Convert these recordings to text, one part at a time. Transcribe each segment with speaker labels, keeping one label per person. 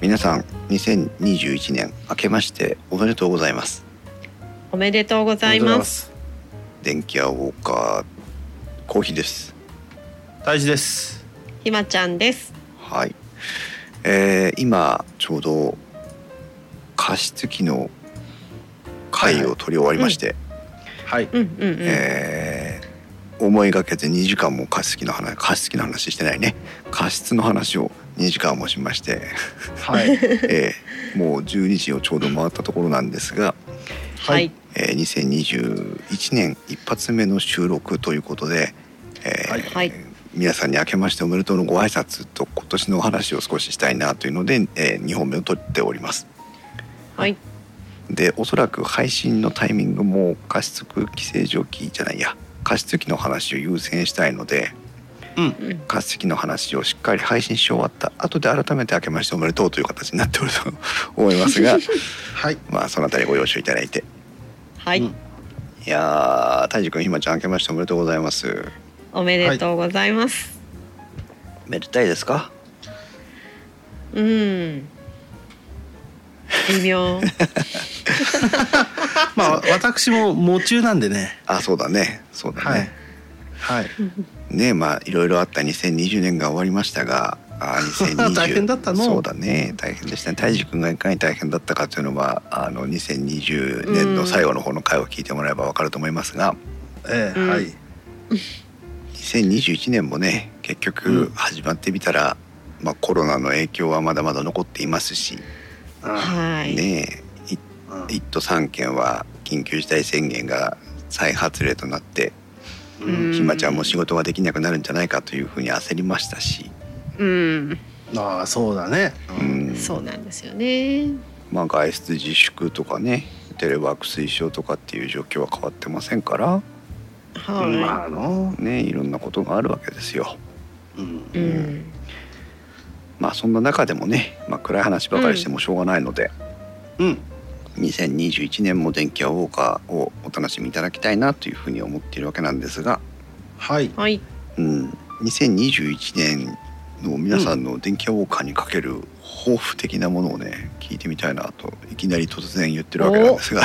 Speaker 1: 皆さん2021年明けましておめでとうございます
Speaker 2: おめでとうございます。
Speaker 1: 電気屋ウォーカーコーヒーです
Speaker 3: 大事です。
Speaker 2: ひまちゃんです。
Speaker 1: はい、えー、今ちょうど加湿器の回を取り終わりまして、
Speaker 3: はい。
Speaker 2: うんうんうん。
Speaker 1: えー思いがけて2時間も加湿器の話加湿器の話してないね加湿の話を2時間もしまして、
Speaker 3: はい。
Speaker 1: えーもう12時をちょうど回ったところなんですが、
Speaker 2: はい。
Speaker 1: えー2021年一発目の収録ということで、えー
Speaker 3: はい
Speaker 2: はい。
Speaker 1: 皆さんに明けましておめでとうのご挨拶と今年のお話を少ししたいなというので、え2本目を撮っております。
Speaker 2: はい。
Speaker 1: でおそらく配信のタイミングも加湿空気清浄機じゃないや加湿器の話を優先したいので
Speaker 3: うん。
Speaker 2: うん。
Speaker 1: 加湿器の話をしっかり配信し終わった後で改めて明けましておめでとうという形になっておると思います が
Speaker 3: はい。
Speaker 1: まあそのあたりご了承いただいて
Speaker 2: はい。
Speaker 3: うん
Speaker 1: いやーたいじくんひまちゃん明けましておめでとうございます
Speaker 2: おめでとうございます。
Speaker 1: めでたいですか
Speaker 2: うん。微妙。
Speaker 3: まあ私も夢中なんでね。
Speaker 1: あそうだねそうだね、
Speaker 3: はい。はい。
Speaker 1: ねまあいろいろあった2020年が終わりましたが あ2020
Speaker 3: 大変だったの
Speaker 1: そうだね大変でしたねたいじくんがいかに大変だったかというのはあの2020年の最後の方の回を聞いてもらえばわかると思いますが
Speaker 3: ええ
Speaker 2: うん
Speaker 3: はい。
Speaker 1: 2021年もね結
Speaker 3: う
Speaker 1: 局
Speaker 3: ん
Speaker 1: 始まってみたら、まあ、コロナの影響はまだまだ残っていますし、
Speaker 2: はい。
Speaker 1: ねえ
Speaker 3: うん
Speaker 1: 1都3県は緊急事態宣言が再発令となって、
Speaker 3: う
Speaker 2: うん
Speaker 3: ん。
Speaker 1: ひまちゃんも仕事ができなくなるんじゃないかというふうに焦りましたし。
Speaker 2: うん。
Speaker 3: ああそうだね。
Speaker 1: うん
Speaker 2: そうなんですよね。
Speaker 1: まあ、外出自粛とかねテレワーク推奨とかっていう状況は変わってませんから、
Speaker 3: ま
Speaker 2: は
Speaker 3: あの。
Speaker 1: ね、いろんなことがあるわけですよ。
Speaker 3: うん
Speaker 2: い。うん。
Speaker 1: まあそんな中でもね、まあ、暗い話ばかりしてもしょうがないので、
Speaker 3: うん。
Speaker 1: 2021年も「電気屋ウォーカー」をお楽しみいただきたいなというふうに思っているわけなんですが、
Speaker 3: はい。
Speaker 2: はい。
Speaker 1: うん、2021年の皆さんの「電気屋ウォーカー」にかける抱負的なものをね聞いてみたいなといきなり突然言ってるわけなん ですが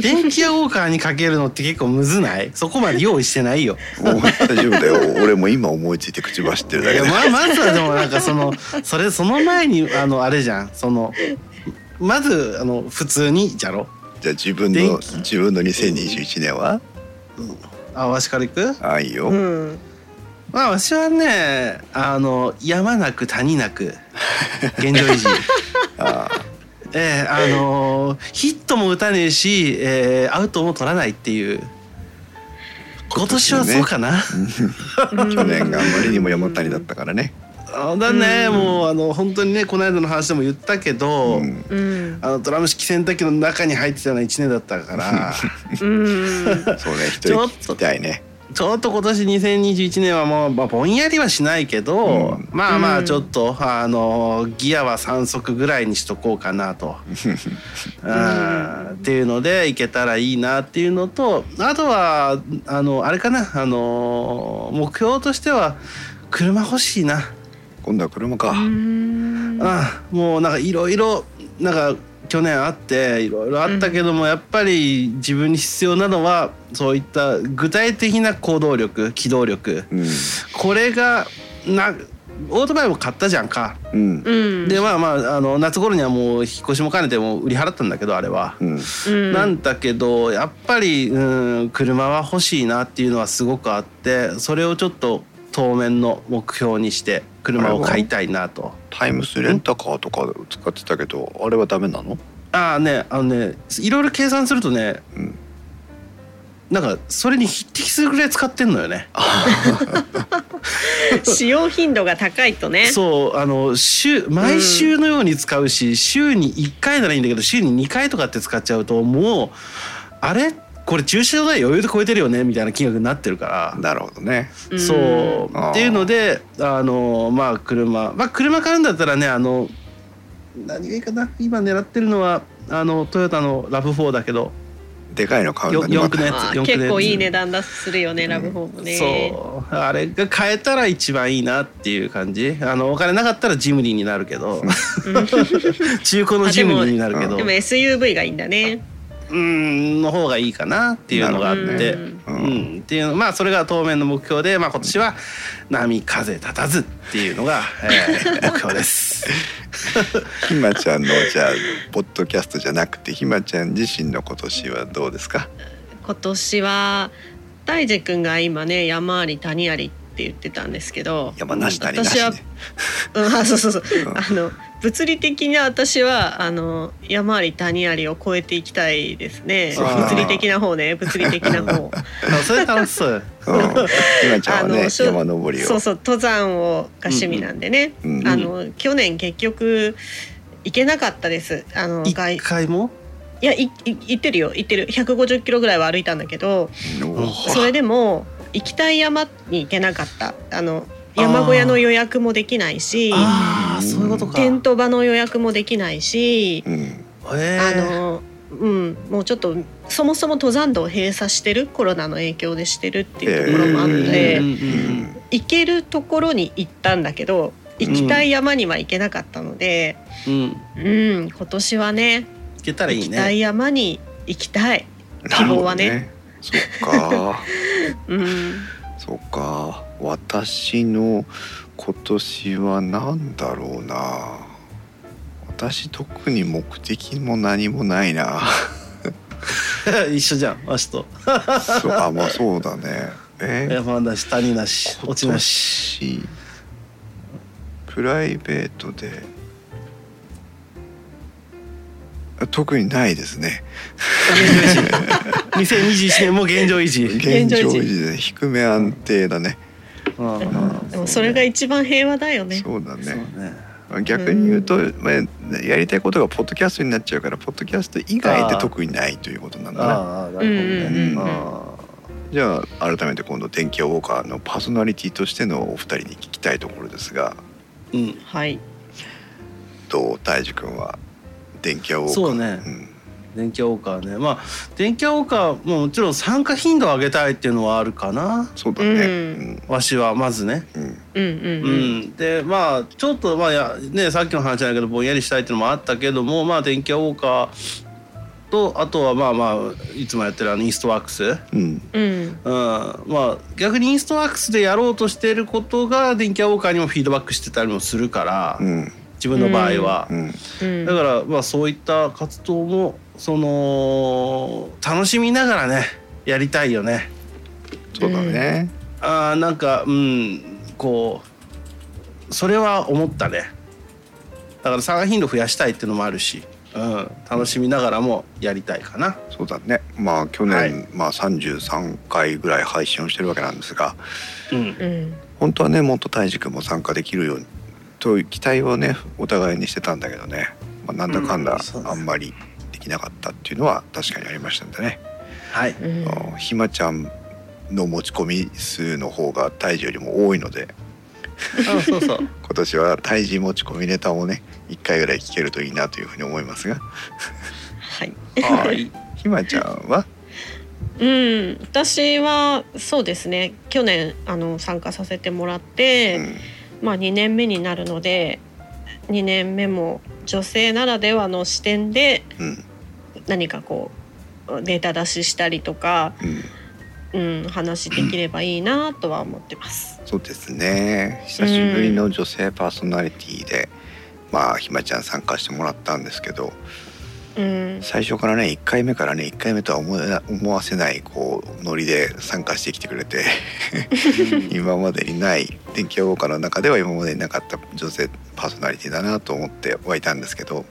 Speaker 3: 電気屋ウォーカーにかけるのって結構むずない？そこまで用意してないよ。
Speaker 1: もう大丈夫だよ俺も今思いついて口走ってる
Speaker 3: い
Speaker 1: だけ
Speaker 3: や
Speaker 1: で
Speaker 3: ままずはでもなんかそのそれその前にあのあれじゃんそのまずあの普通にじゃろ。
Speaker 1: じゃあ自分の
Speaker 3: 電気
Speaker 1: 自分の2021年は
Speaker 3: あわしからいく？
Speaker 1: あいいよ、
Speaker 2: うん。
Speaker 3: まあ私はねあの山なく谷なく現状維持
Speaker 1: あ
Speaker 3: ええあのヒットも打たねえし、ええアウトも取らないっていう今年はそうかな、
Speaker 1: 去年があまりにも山谷だったからね、
Speaker 3: あのだね、
Speaker 2: うん
Speaker 3: もうあの本当にねこの間の話でも言ったけど、
Speaker 1: うん
Speaker 2: うん。
Speaker 3: あのドラム式洗濯機の中に入ってたのは1年だったから
Speaker 2: うん。
Speaker 1: そうね一
Speaker 3: ちょ
Speaker 1: 人
Speaker 3: っと
Speaker 1: 聞きたいね
Speaker 3: ちょっと今年2021年はもう、まあ、ぼんやりはしないけど、
Speaker 1: うん
Speaker 3: まあま
Speaker 2: う
Speaker 3: あ
Speaker 2: ん
Speaker 3: ちょっと、あのギアは3足ぐらいにしとこうか なと。うんっていうのでいけたらいいなっていうのとあとはあのあれかなあの目標としては車欲しいな、
Speaker 1: 今度は車か、
Speaker 2: うん。
Speaker 3: あもうなんかいろいろなんか去年あっていろいろあったけども、やっぱり自分に必要なのはそういった具体的な行動力機動力
Speaker 1: うん
Speaker 3: これがなオートバイも買ったじゃんか。
Speaker 1: うん
Speaker 2: うん。
Speaker 3: でまあまああの夏頃にはもう引っ越しも兼ねてもう売り払ったんだけどあれは。
Speaker 1: うん
Speaker 2: うん。
Speaker 3: なんだけどやっぱりうん車は欲しいなっていうのはすごくあってそれをちょっと当面の目標にして車を買いたいなと。
Speaker 1: タイムスレンタカーとか使ってたけどあれはダメなの、
Speaker 3: ああねあのねいろいろ計算するとね
Speaker 1: うん、
Speaker 3: なんかそれに匹敵するぐらい使ってんのよね。
Speaker 2: 使用頻度が高いとね。
Speaker 3: そうあの週毎週のように使うし、週に1回ならいいんだけど週に2回とかって使っちゃうともうあれこれ駐車場代余裕で超えてるよねみたいな金額になってるから。
Speaker 1: なるほどね
Speaker 2: ん
Speaker 3: そう
Speaker 1: あー
Speaker 3: っていうのであのまあ車まあ車買うんだったらねあの何がいいかな今狙ってるのはあのトヨタのラブ4だけど
Speaker 1: でかいの買う
Speaker 3: よ
Speaker 1: のにま
Speaker 3: よく
Speaker 1: た
Speaker 3: ね
Speaker 2: まあ
Speaker 3: よくね
Speaker 2: 結構いい値段だするよね、ラブホームね。
Speaker 3: そうあれが買えたら一番いいなっていう感じあのお金なかったらジムニーになるけど 中古のジムニーになるけ
Speaker 2: う
Speaker 3: ど
Speaker 2: んでも SUV がいいんだね。
Speaker 3: うんの方がいいかなっていうのがあっ
Speaker 2: な
Speaker 3: て、
Speaker 2: るほどね
Speaker 1: う
Speaker 3: うんんっていうまあそれが当面の目標で、まあ、今年は波風立たずっていうのが、え ー目標です。
Speaker 1: ひまちゃんのじゃあポッドキャストじゃなくてひまちゃん自身の今年はどうですか
Speaker 2: 今年は大く君が今ね山あり谷ありって言ってたんですけど
Speaker 1: 山梨なりなし
Speaker 2: 私は
Speaker 1: ね、
Speaker 2: うん、あそうそうそう、
Speaker 1: うん
Speaker 2: あの物理的に私はあの山あり谷ありを超えていきたいですね
Speaker 3: そう
Speaker 1: なんだ
Speaker 2: 物理的な方ね物理的な 方
Speaker 3: あそれ楽し そうよ。
Speaker 1: うん、ひまちゃんは
Speaker 2: あ
Speaker 1: ね
Speaker 2: のしょ
Speaker 1: 山登りを
Speaker 2: そうそう登山をが趣味なんでね、
Speaker 1: うんうん
Speaker 2: あの去年結局行けなかったですあの外
Speaker 3: 一
Speaker 2: い
Speaker 3: 回も
Speaker 2: やいい行ってるよ行ってる150キロぐらいは歩いたんだけど
Speaker 1: おー
Speaker 2: それでも行きたい山に行けなかったあの山小屋の予約もできないし
Speaker 3: ああそういうことか。
Speaker 2: テント場の予約もできないし、
Speaker 1: うん
Speaker 3: え
Speaker 2: あ
Speaker 3: ー、
Speaker 2: のうんもうちょっとそもそも登山道を閉鎖してるコロナの影響でしてるっていうところもあっ
Speaker 1: え
Speaker 2: て、
Speaker 1: ー
Speaker 3: うん
Speaker 1: う
Speaker 3: うんうん
Speaker 1: ん
Speaker 2: 行けるところに行ったんだけど行きたい山には行けなかったので、
Speaker 3: うん、
Speaker 2: うん今年はね
Speaker 3: 行けたらい
Speaker 2: 行
Speaker 3: い
Speaker 2: きたい
Speaker 3: ね。
Speaker 2: 山に行きたい。
Speaker 1: なるほ
Speaker 2: 希望
Speaker 1: ど
Speaker 2: はね
Speaker 1: ねそっ か
Speaker 2: うん
Speaker 1: そっか私の今年は何だろうな私特に目的も何もない な
Speaker 3: 一緒じゃんわしと。
Speaker 1: そうあまあそうだねえ
Speaker 3: 山なし谷なし落
Speaker 1: 今
Speaker 3: ちなし。
Speaker 1: 年プライベートで特にないですね
Speaker 3: 2021年も現状 維持。
Speaker 1: 現状
Speaker 2: 現状
Speaker 1: 維
Speaker 2: 維
Speaker 1: 持で低め安定だね
Speaker 3: うん
Speaker 2: でもそれが一番平和だよね。
Speaker 1: そうだ
Speaker 3: そ
Speaker 1: ね
Speaker 3: うね。
Speaker 1: 逆に言うと、まあ、やりたいことがポッドキャストになっちゃうからポッドキャスト以外で特にないということなんだね
Speaker 3: ああなるほど
Speaker 1: う
Speaker 3: ね。
Speaker 1: んうんうん
Speaker 3: ああ
Speaker 1: じゃあ改めて今度天気予報カーのパーソナリティとしてのお二人に聞きたいところですが
Speaker 3: うん、
Speaker 2: はい。
Speaker 1: どう大樹くんは天気予報カー
Speaker 3: そうね
Speaker 1: ん
Speaker 3: 電気屋ウォーカーねまあ電気屋ウォーカーももちろん参加頻度を上げたいっていうのはあるかな
Speaker 1: そうだね
Speaker 2: う
Speaker 3: わしはまずね。
Speaker 1: うんうん
Speaker 2: うんう
Speaker 3: う
Speaker 2: んうん。
Speaker 3: ん、でまあちょっとまあや、ね、さっきの話じゃないけどぼんやりしたいっていうのもあったけどもまあ電気屋ウォーカーとあとはまあまあいつもやってるあのイーストワークス、うん、
Speaker 1: うん
Speaker 2: うん
Speaker 3: まあ逆にイーストワークスでやろうとしていることが電気屋ウォーカーにもフィードバックしてたりもするから、
Speaker 1: うん
Speaker 3: 自分の場合は。
Speaker 1: うん
Speaker 2: うん
Speaker 3: だからまあそういった活動もその楽しみながらねやりたいよね。
Speaker 1: そうだね
Speaker 3: あーなんかうんこうそれは思ったね。だから参加頻度増やしたいっていうのもあるし、うん、楽しみながらもやりたいかな。
Speaker 1: そうだねまあ去年、まあ33回ぐらい配信をしてるわけなんですが
Speaker 3: うん、
Speaker 2: うん
Speaker 1: 本当はねもっと大樹くんも参加できるようにという期待をねお互いにしてたんだけどね、まあ、なんだかん
Speaker 3: う
Speaker 1: だ
Speaker 3: んそうだ
Speaker 1: あ
Speaker 3: ね
Speaker 1: んまりできなかったっていうのは確かにありましたんでね、
Speaker 3: はい。
Speaker 2: うん
Speaker 1: あのひまちゃんの持ち込み数の方が大樹よりも多いので
Speaker 3: あそうそう。
Speaker 1: 今年は大樹持ち込みネタをね1回ぐらい聞けるといいなというふうに思いますが
Speaker 2: はい。
Speaker 3: はい。
Speaker 1: ひまちゃんは
Speaker 2: うん、私はそうですね去年あの参加させてもらって、まあ、2年目になるので2年目も女性ならではの視点で
Speaker 1: うんうん
Speaker 2: 何かこうデータ出ししたりとか、
Speaker 1: うん
Speaker 2: うん、話できればいいなとは思ってます。
Speaker 1: そうですね久しぶりの女性パーソナリティで、まあひまちゃん参加してもらったんですけど
Speaker 2: うん、
Speaker 1: 最初からね1回目からね1回目とは思えな思わせないこうノリで参加してきてくれて今までにない電気予報家の中では今までになかった女性パーソナリティだなと思ってはいたんですけど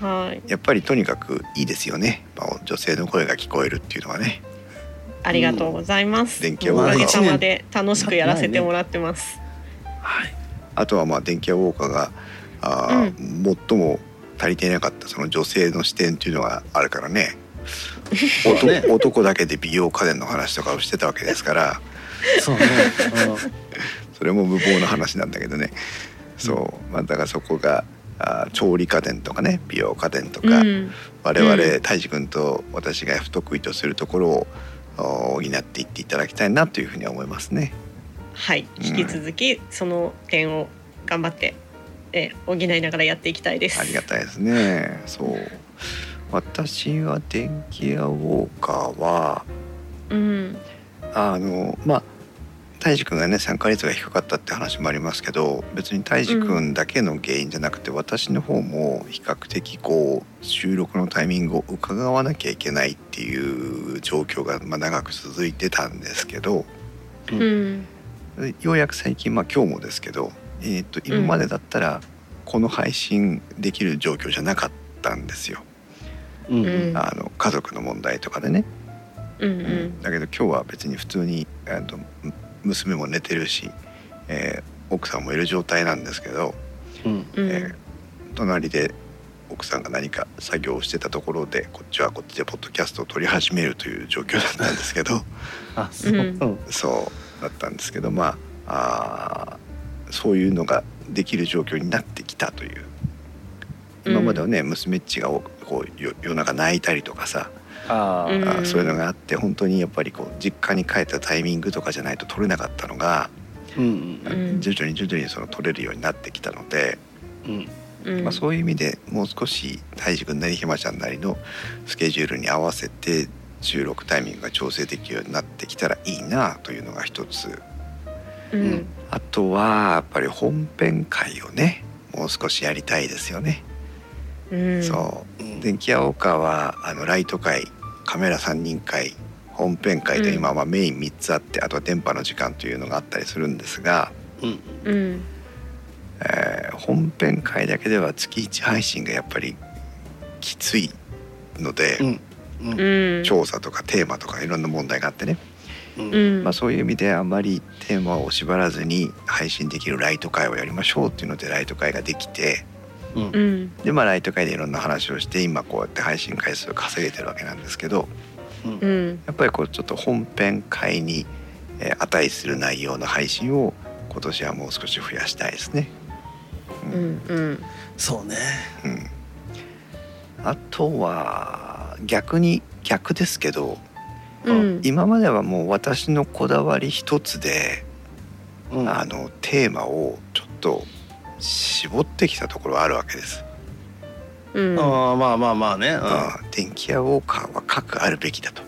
Speaker 2: はい
Speaker 1: やっぱりとにかくいいですよね、まあ、女性の声が聞こえるっていうのはね
Speaker 2: ありがとうございます。
Speaker 1: 電気
Speaker 2: お
Speaker 1: 屋ウォ
Speaker 3: ーカー
Speaker 2: かげさまで楽しくやらせてもらってます。
Speaker 3: はい。
Speaker 1: あとはまあ電気屋ウォーカーがあー、最も足りていなかったその女性の視点っていうのがあるから ね
Speaker 3: うね
Speaker 1: 男男だけで美容家電の話とかをしてたわけですから。
Speaker 3: そうね。
Speaker 1: それも無謀な話なんだけどねそう、まあ、だからそこがあー調理家電とかね美容家電と
Speaker 2: う
Speaker 1: か、
Speaker 2: ん
Speaker 1: 我々
Speaker 2: う
Speaker 1: 太一君と私が不得意とするところをお補っていっていただきたいなというふうには思いますね。
Speaker 2: はい、
Speaker 1: うん
Speaker 2: 引き続きその点を頑張って、えー補いながらやっていきたいです。
Speaker 1: ありがたいですね。そう私は電気屋ウォーカーは
Speaker 2: うん、
Speaker 1: あのまあ太一君がね参加率が低かったって話もありますけど別に太一君だけの原因じゃなくて、私の方も比較的こう収録のタイミングを伺わなきゃいけないっていう状況が、まあ、長く続いてたんですけど
Speaker 2: うん、
Speaker 1: ようやく最近、まあ、今日もですけど、えー、と今までだったらこの配信できる状況じゃなかったんですよ、
Speaker 3: うん
Speaker 2: う
Speaker 3: うん
Speaker 2: ん、
Speaker 1: あの家族の問題とかでね。
Speaker 2: うん、う
Speaker 1: うん
Speaker 2: ん、
Speaker 1: だけど今日は別に普通にあのむ娘も寝てるし、えー奥さんもいる状態なんですけど、
Speaker 3: うん
Speaker 2: うん、
Speaker 1: えー隣で奥さんが何か作業をしてたところでこっちはこっちでポッドキャストを撮り始めるという状況だったんですけ ど
Speaker 3: あそう
Speaker 2: う
Speaker 3: うんん
Speaker 1: そうだったんですけどまああーそういうのができる状況になってきたという今まではね、娘っちがこう夜夜中泣いたりとかさ
Speaker 3: あー
Speaker 2: うん
Speaker 1: あそういうのがあって本当にやっぱりこう実家に帰ったタイミングとかじゃないと取れなかったのが
Speaker 3: うん
Speaker 2: うん
Speaker 1: 徐々に徐々にその取れるようになってきたので、
Speaker 3: うん
Speaker 2: うん、
Speaker 1: まあ、そういう意味でもう少したいじくんなりひまちゃんなりのスケジュールに合わせて収録タイミングが調整できるようになってきたらいいなというのが一つ
Speaker 2: うん、
Speaker 3: うん
Speaker 1: あとはやっぱり本編会をねもう少しやりたいですよね。
Speaker 2: うん、
Speaker 1: そう
Speaker 3: うん
Speaker 1: 電気屋ウォーカーはあのライト会カメラ3人会本編会と
Speaker 2: うん
Speaker 1: 今はメイン3つあって、あとは電波の時間というのがあったりするんですが、
Speaker 3: うん
Speaker 2: う、うん、
Speaker 1: えー本編会だけでは月1配信がやっぱりきついので、
Speaker 3: うんうん
Speaker 2: うん、
Speaker 1: 調査とかテーマとかいろんな問題があってね、
Speaker 2: う
Speaker 3: うん
Speaker 2: ん、
Speaker 1: まあ、そういう意味であまりテーマを縛らずに配信できるライト会をやりましょうっていうのでライト会ができて
Speaker 3: うん
Speaker 2: うん、
Speaker 1: で、まあ、ライト会でいろんな話をして今こうやって配信回数を稼げてるわけなんですけど。
Speaker 2: うん、うん、
Speaker 1: やっぱりこうちょっと本編会にえー値する内容の配信を今年はもう少し増やしたいですね。
Speaker 2: うん、うん、
Speaker 3: そうね
Speaker 1: うん、あとは逆に逆ですけど、
Speaker 2: うん、
Speaker 1: 今まではもう私のこだわり一つで、
Speaker 3: うん
Speaker 1: あのテーマをちょっと絞ってきたところはあるわけです。
Speaker 2: うん、
Speaker 3: あーまあまあまあね
Speaker 1: うん電気屋ウォーカーは各あるべきだと。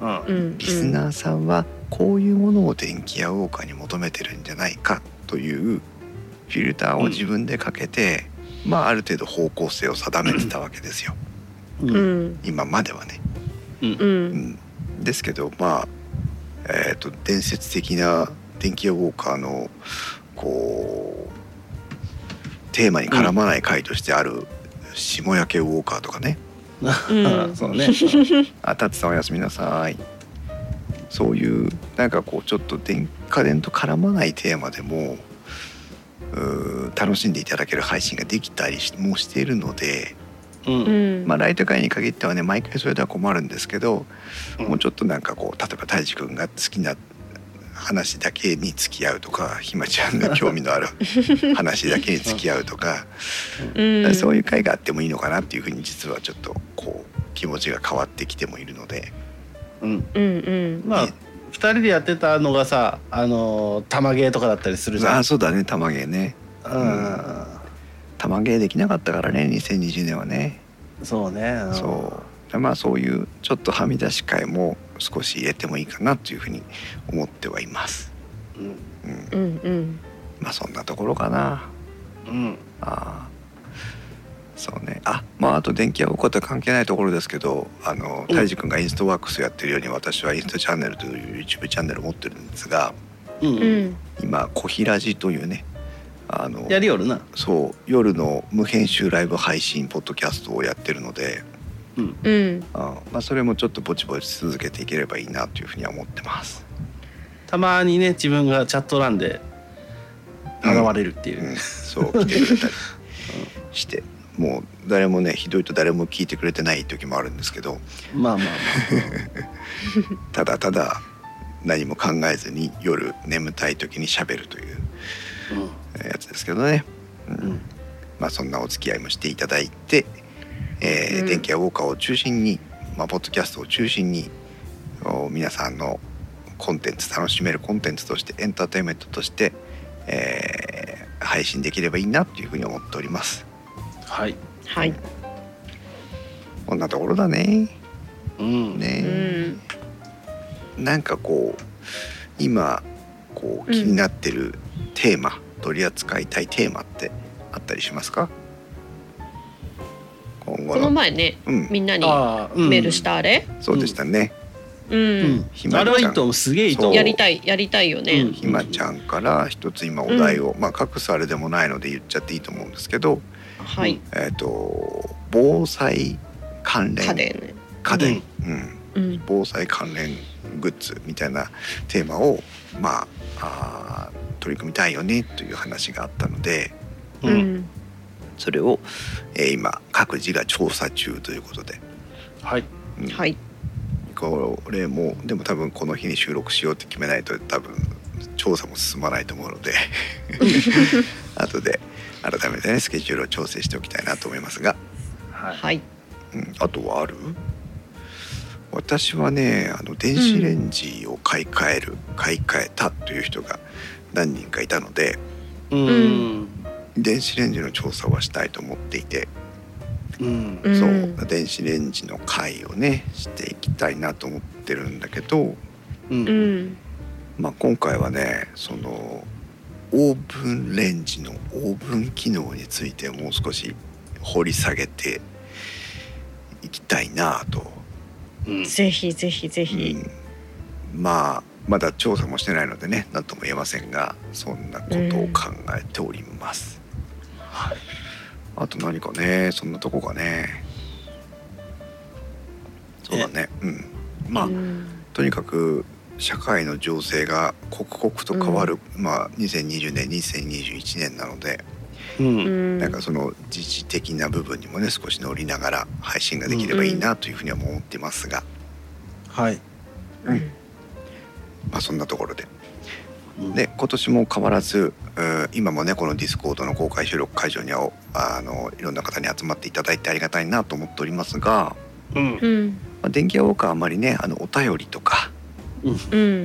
Speaker 3: うんうん
Speaker 2: うん、
Speaker 1: リスナーさんはこういうものを電気やウォーカーに求めてるんじゃないかというフィルターを自分でかけて、まあある程度方向性を定めてたわけですよ
Speaker 2: う
Speaker 3: うん
Speaker 2: ん、
Speaker 1: 今まではね。
Speaker 2: う、
Speaker 1: うんん、ですけどまあ、えー、と伝説的な電気やウォーカーのこうテーマに絡まない回としてある「霜焼けウォーカー」とかね
Speaker 2: うん
Speaker 3: そうね
Speaker 1: あ、たつさんおやすみなさい。そういうなんかこうちょっと電家電と絡まないテーマでもうー楽しんでいただける配信ができたりしもしているので、
Speaker 3: うん
Speaker 2: う
Speaker 3: うん
Speaker 2: ん、
Speaker 1: まあ、ライト会に限ってはね毎回それでは困るんですけど、
Speaker 3: うん
Speaker 1: もうちょっとなんかこう例えばたいじくんが好きな話だけに付き合うとかひまちゃんが興味のある話だけに付き合うとか、
Speaker 2: うん、
Speaker 1: そういう会があってもいいのかなっていうふうに実はちょっとこう気持ちが変わってきてもいるので。
Speaker 3: うん
Speaker 2: うん、うん、
Speaker 3: まあ
Speaker 1: ね
Speaker 3: 二人でやってたのがさあのー玉芸とかだったりするじゃ
Speaker 1: あ
Speaker 3: ん
Speaker 1: そうだね玉芸ねん玉芸できなかったからね2020年はね
Speaker 3: うんそうね
Speaker 1: そうでまあそういうちょっとはみ出し会も少し入れてもいいかなというふうに思ってはいます、
Speaker 3: うん
Speaker 1: うん、
Speaker 2: うん、うん、
Speaker 1: まあそんなところかな
Speaker 3: うん
Speaker 1: あーそうねあまああと電気は起こった関係ないところですけどあの
Speaker 3: うん
Speaker 1: たいじくんがインストワークスやってるように私はインストチャンネルという YouTube チャンネルを持ってるんですが
Speaker 3: う
Speaker 2: うんん、
Speaker 1: 今「小平寺」というねあの
Speaker 3: やりよるな
Speaker 1: そう夜の無編集ライブ配信ポッドキャストをやってるので、
Speaker 3: うん
Speaker 2: うん、
Speaker 1: あまあ、それもちょっとぼちぼち続けていければいいなというふうには思ってます。、
Speaker 3: たまにね自分がチャット欄で現れるっていううん
Speaker 1: そう来てくれたりしてもう誰もねひどいと誰も聞いてくれてない時もあるんですけど
Speaker 3: まあまあま
Speaker 1: ただただ何も考えずに夜眠たい時にしゃべるという
Speaker 3: あ
Speaker 1: えーやつですけどね。う
Speaker 3: うん
Speaker 1: んままあ、そんなお付き合いもしていただいて、えー
Speaker 2: うん
Speaker 1: 電気やウォーカーを中心に、まあ、ポッドキャストを中心にお皆さんのコンテンツ楽しめるコンテンツとしてエンターテインメントとして、えー配信できればいいなというふうに思っております。
Speaker 3: はい。
Speaker 2: はい。
Speaker 1: こんなところだね。
Speaker 3: うん。
Speaker 2: う
Speaker 1: ね、
Speaker 2: ん。
Speaker 1: なんかこう今こう気になってるテーマ、取り扱いたいテーマってあったりしますか今後
Speaker 2: この
Speaker 1: の、
Speaker 2: 前ね、
Speaker 1: うん、
Speaker 2: みんなに
Speaker 3: あー、うん
Speaker 2: メールし。たあれ。
Speaker 1: そうでしたね。
Speaker 2: うん。
Speaker 3: うん
Speaker 1: ひ。ま
Speaker 3: あ
Speaker 1: りちゃん
Speaker 3: れはいいと思う。すげえいいと思う。
Speaker 2: やりたい、やりたいよね。
Speaker 3: うん
Speaker 1: ひまちゃんから一つ今お題を、まあ隠すあれでもないので言っちゃっていいと思うんですけど、
Speaker 2: はい。
Speaker 1: えっ、と防災関連
Speaker 2: 家電。
Speaker 1: 家電うん、
Speaker 2: うん。
Speaker 1: 防災関連グッズみたいなテーマをまああー取り組みたいよねという話があったので
Speaker 2: う
Speaker 3: うん。
Speaker 2: ん。
Speaker 1: それを、えー今各自が調査中ということで、
Speaker 3: はい。
Speaker 1: うん
Speaker 2: はい。
Speaker 1: これもでも多分この日に収録しようって決めないと多分調査も進まないと思うので後で改めてねスケジュールを調整しておきたいなと思いますが、
Speaker 3: はい。
Speaker 2: はい。
Speaker 1: うん、あとはある私はねあの電子レンジを買い替える、買い替えたという人が何人かいたので
Speaker 3: うん。
Speaker 1: 電子レンジの調査はしたいと思っていて、
Speaker 3: うん。
Speaker 2: うん
Speaker 1: そう電子レンジの会をねしていきたいなと思ってるんだけど、
Speaker 3: う。
Speaker 2: うんん。
Speaker 1: まあ、今回はねそのオーブンレンジのオーブン機能についてもう少し掘り下げていきたいなと、
Speaker 3: うん。
Speaker 2: ぜひぜひぜ
Speaker 1: う
Speaker 2: ひ。
Speaker 1: ん、まあまだ調査もしてないのでね何とも言えませんがそんなことを考えております。
Speaker 3: はい。
Speaker 1: あと何かねそんなとこかねそうだねうんまあ、
Speaker 2: うん
Speaker 1: とにかく社会の情勢が刻々と変わる、まあ2020年2021年なので、
Speaker 3: う。
Speaker 2: うんん。
Speaker 1: なんかその時事的な部分にもね少し乗りながら配信ができればいいなというふうには思ってますが、
Speaker 3: はい。
Speaker 2: うん。
Speaker 1: まあそんなところで
Speaker 3: うん。
Speaker 1: で今年も変わらず、えー今もねこのディスコードの公開収録会場にはあのいろんな方に集まっていただいてありがたいなと思っておりますが、
Speaker 3: うん。
Speaker 2: うん。
Speaker 1: まあ、電気屋ウォーカーはあまりねあのお便りとか
Speaker 3: うん。
Speaker 2: うん。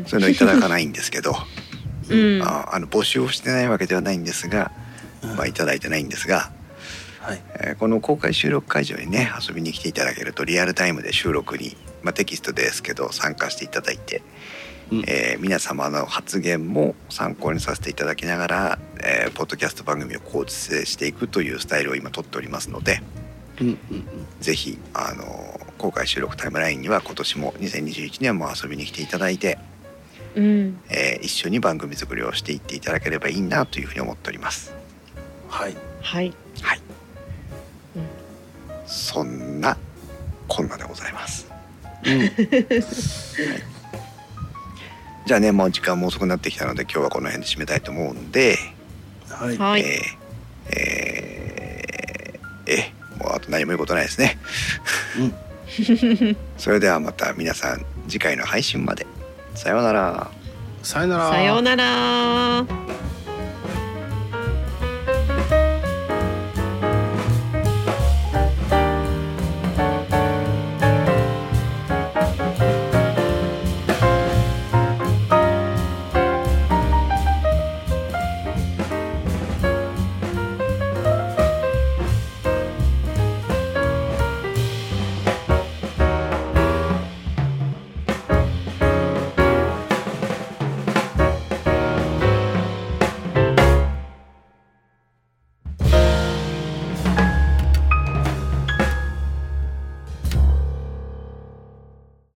Speaker 1: そういうのいただかないんですけど、
Speaker 2: うん。
Speaker 1: ああの募集をしてないわけではないんですが、まあ、いただいてないんですが、
Speaker 3: はい。
Speaker 1: えーこの公開収録会場にね遊びに来ていただけるとリアルタイムで収録に、まあ、テキストですけど参加していただいて、
Speaker 3: うん
Speaker 1: えー皆様の発言も参考にさせていただきながら、えーポッドキャスト番組を構成していくというスタイルを今取っておりますので
Speaker 3: うん。うん。
Speaker 1: ぜひあのー公開収録タイムラインには今年も2021年も遊びに来ていただいて、
Speaker 2: うん。
Speaker 1: えー一緒に番組作りをしていっていただければいいなというふうに思っております。
Speaker 3: はい。
Speaker 2: はい。
Speaker 1: はい
Speaker 2: うん。
Speaker 1: そんなこんなでございます。
Speaker 3: うん。
Speaker 1: じゃあねもう時間も遅くなってきたので今日はこの辺で締めたいと思うんで、
Speaker 3: はい。
Speaker 2: はい。
Speaker 1: えー、えーえもうあと何も言うことないですね。
Speaker 3: うん
Speaker 1: それではまた皆さん次回の配信まで。さようなら。
Speaker 3: さよなら。
Speaker 2: さようなら。